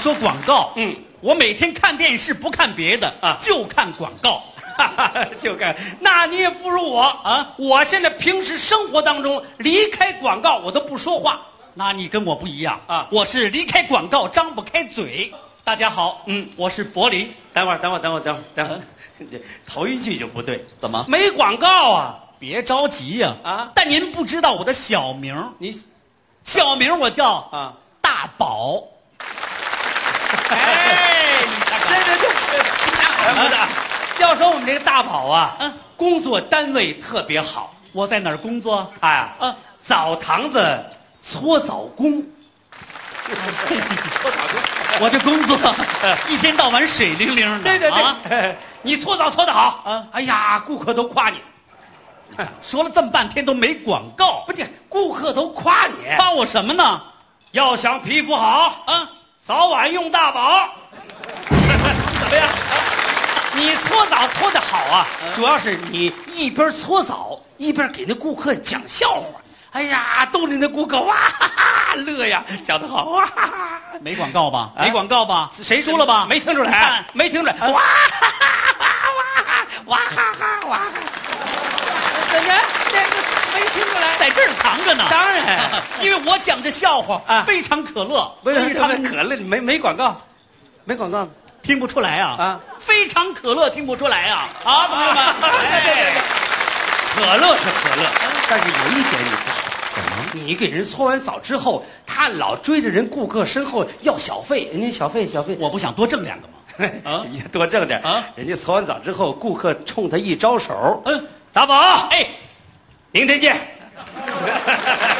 说广告，嗯，我每天看电视不看别的啊就看广告。 就看，那你也不如我啊我现在平时生活当中离开广告我都不说话。那你跟我不一样啊我是离开广告张不开嘴。大家好，嗯我是柏林。啊等会儿，等会儿，等会儿，等会儿，等会儿，这头一句就不对，怎么？没广告啊？别着急呀、啊但您不知道我的小名儿，你小名儿我叫啊，大宝。哎，你看看，对对对，太好了。要说我们这个大宝啊，嗯工作单位特别好，我在哪儿工作？他呀，啊澡堂子搓澡工，哎搓澡工，我这工作嗯一天到晚水灵灵的。对对对，啊你搓澡搓得好，啊哎呀，顾客都夸你， 说了这么半天都没广告不，是顾客都夸你，夸我什么呢？要想皮肤好，啊，早晚用大宝， 怎么样？你搓澡搓得好啊，嗯主要是你一边搓澡一边给那顾客讲笑话，哎呀，逗你那顾客哇哈哈乐呀，讲得好哇哈哈。没广告吧？啊没广告吧？谁输了吧？没听出来嗯看，没听出来， 哇哈哈哇哇哈哈哇哈，怎么这这没听出来？在这儿藏着呢。当然 因为我讲这笑话啊非常可乐，不是非常可乐，没没广告，没广告。听不出来啊啊非常可乐听不出来啊！好，朋友们，对对对对哎，可乐是可乐，但是有一点你不好，怎么？你给人搓完澡之后，他老追着人顾客身后要小费，人家小费小费，我不想多挣两个吗？啊你多挣点啊人家搓完澡之后，顾客冲他一招手，嗯，大宝，哎，明天见。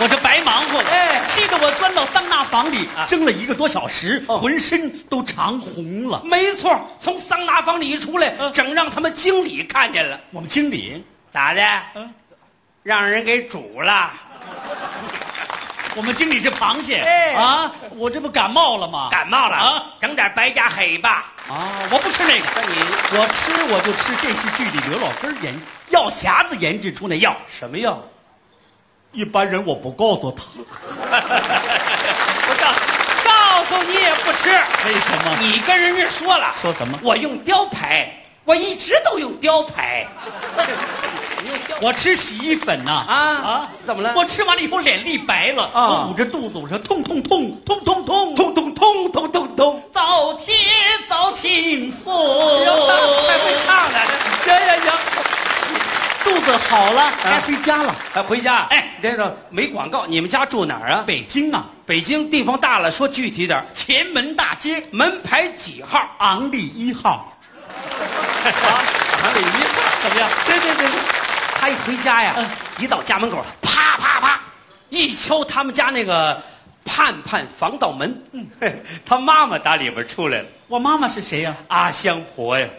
我这白忙活了，哎气得我钻到桑拿房里啊蒸了一个多小时，哦浑身都长红了。没错，从桑拿房里一出来，嗯整让他们经理看见了，我们经理，咋的？嗯，让人给煮了。我们经理是螃蟹，哎啊，我这不感冒了吗？感冒了啊整点白加黑吧。啊，我不吃那个。那你我吃我就吃电视剧里刘老根儿研药匣子研制出那药，什么药？一般人我不告诉他， 我告告诉你也不吃。为什么？你跟人家说了说什么我用雕牌，我一直都用雕牌。你用雕我吃洗衣粉呐啊怎么了我吃完了以后脸立白了啊我捂着肚子我说痛痛痛痛痛痛通通通通通通。早贴早清风，太会唱了，行行行。肚子好了该回家了。哎，回家。哎哎，这个没广告，你们家住哪儿啊？北京啊，北京地方大了，说具体点儿，前门大街门牌几号？昂立一号，还得一号，怎么样？对对对对，他一回家呀，嗯一到家门口，啪啪啪，一敲他们家那个盼盼防盗门。嗯嘿 他妈妈打里边出来了，我妈妈是谁呀、阿香婆呀。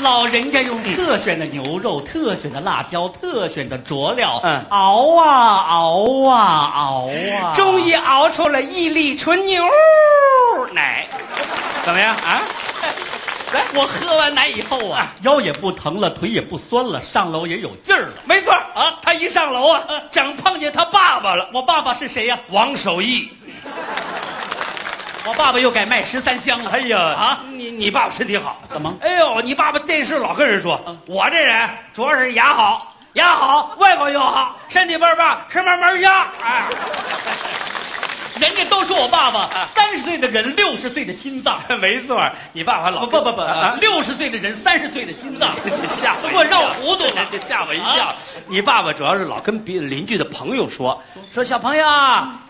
老人家用特选的牛肉、特选的辣椒、特选的佐料，嗯熬啊熬啊熬啊，终于熬出了一粒纯牛哎奶，怎么样啊？来，我喝完奶以后哎啊啊，腰也不疼了，腿也不酸了，上楼也有劲儿了。没错儿啊，他一上楼啊，正碰见他爸爸了，我爸爸是谁呀、王守义。我爸爸又改卖十三香了。哎呀啊啊，你你爸爸身体好？怎么哎呦，你爸爸电视老跟人说嗯，我这人主要是牙好，牙好，胃口又好，身体倍儿棒，吃嘛嘛香。哎， 人家都说我爸爸啊三十岁的人六十岁的心脏， 没错儿，你爸爸不老不不不啊，六十岁的人三十岁的心 脏，这吓我一跳给我绕糊涂 了，这吓我一跳啊。你爸爸主要是老跟别邻居的朋友说，说小朋友，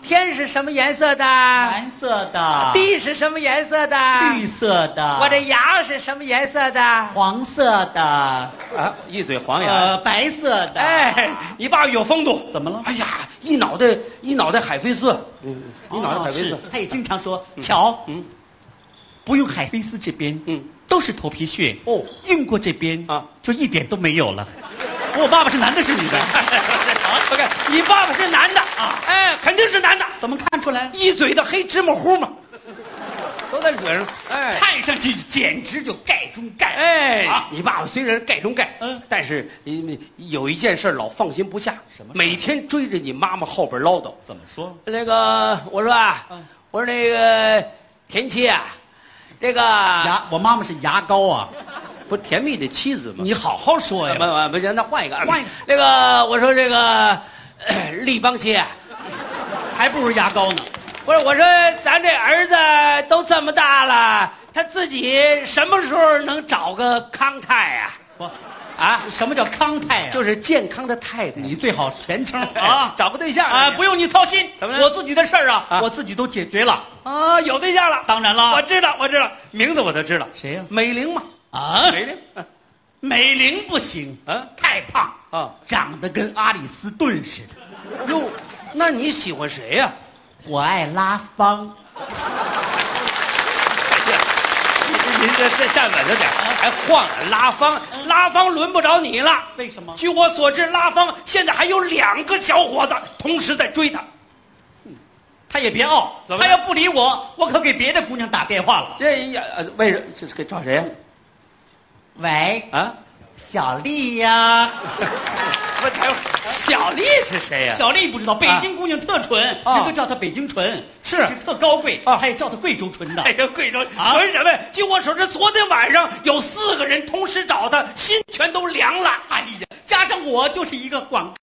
天是什么颜色的？蓝色的，地是什么颜色的？绿色的，啊我这牙是什么颜色的？啊，黄色的。一嘴黄呃，白色的。哎，你爸爸有风度，怎么了哎呀，一脑袋一脑袋海飞丝，嗯，哦，一脑袋海飞丝是。他也经常说，嗯瞧，嗯不用海飞丝这边，嗯，都是头皮屑。哦用过这边啊就一点都没有了。我哦爸爸是男的，是女 的？我看你爸爸是哎男的啊，哎，肯定是男的，怎么看出来？一嘴的黑芝麻糊嘛，都在水上。哎，看上去简直就盖中盖。哎，啊你爸爸虽然盖中盖，嗯但是你你有一件事儿老放心不下，什么事儿每天追着你妈妈后边唠叨。怎么说？那个，我说啊，嗯我说那个田七啊，这个牙，我妈妈是牙膏啊。不甜蜜的妻子吗？你好好说啊不呀。不不行，那换一个，换一个 那个，我说这个 呃立邦 妻啊，还不如牙膏呢。不是，我说咱这儿子都这么大了，他自己什么时候能找个康泰啊？不，啊，什么叫康泰呀？就是是健康的太太。你最好全称啊 啊，找个对象啊，不用你操心，怎么了我自己的事儿啊啊，我自己都解决了。啊，有对象了。当然了我知道，我知道，名字我都知道。谁呀美玲嘛，啊，美玲。美玲不行啊太胖啊，长得跟阿里斯顿似的。哟，那你喜欢谁呀、我爱拉芳，您这这站稳了点，还晃拉芳，拉芳轮不着你了。为什么据我所知，拉芳现在还有两个小伙子同时在追她。他也别傲，怎么他了要不理我，我可给别的姑娘打电话了。这呀，呃为什这是给找谁呀、喂，啊？小丽呀， 不是，小丽是谁呀、小丽不知道，北京姑娘特纯，啊人都叫她北京纯，是这特高贵，啊还叫她贵州纯的哎。呀，贵州啊纯什么呀？据我所知，昨天晚上有四个人同时找她，心全都凉了。哎呀，加上我就是一个广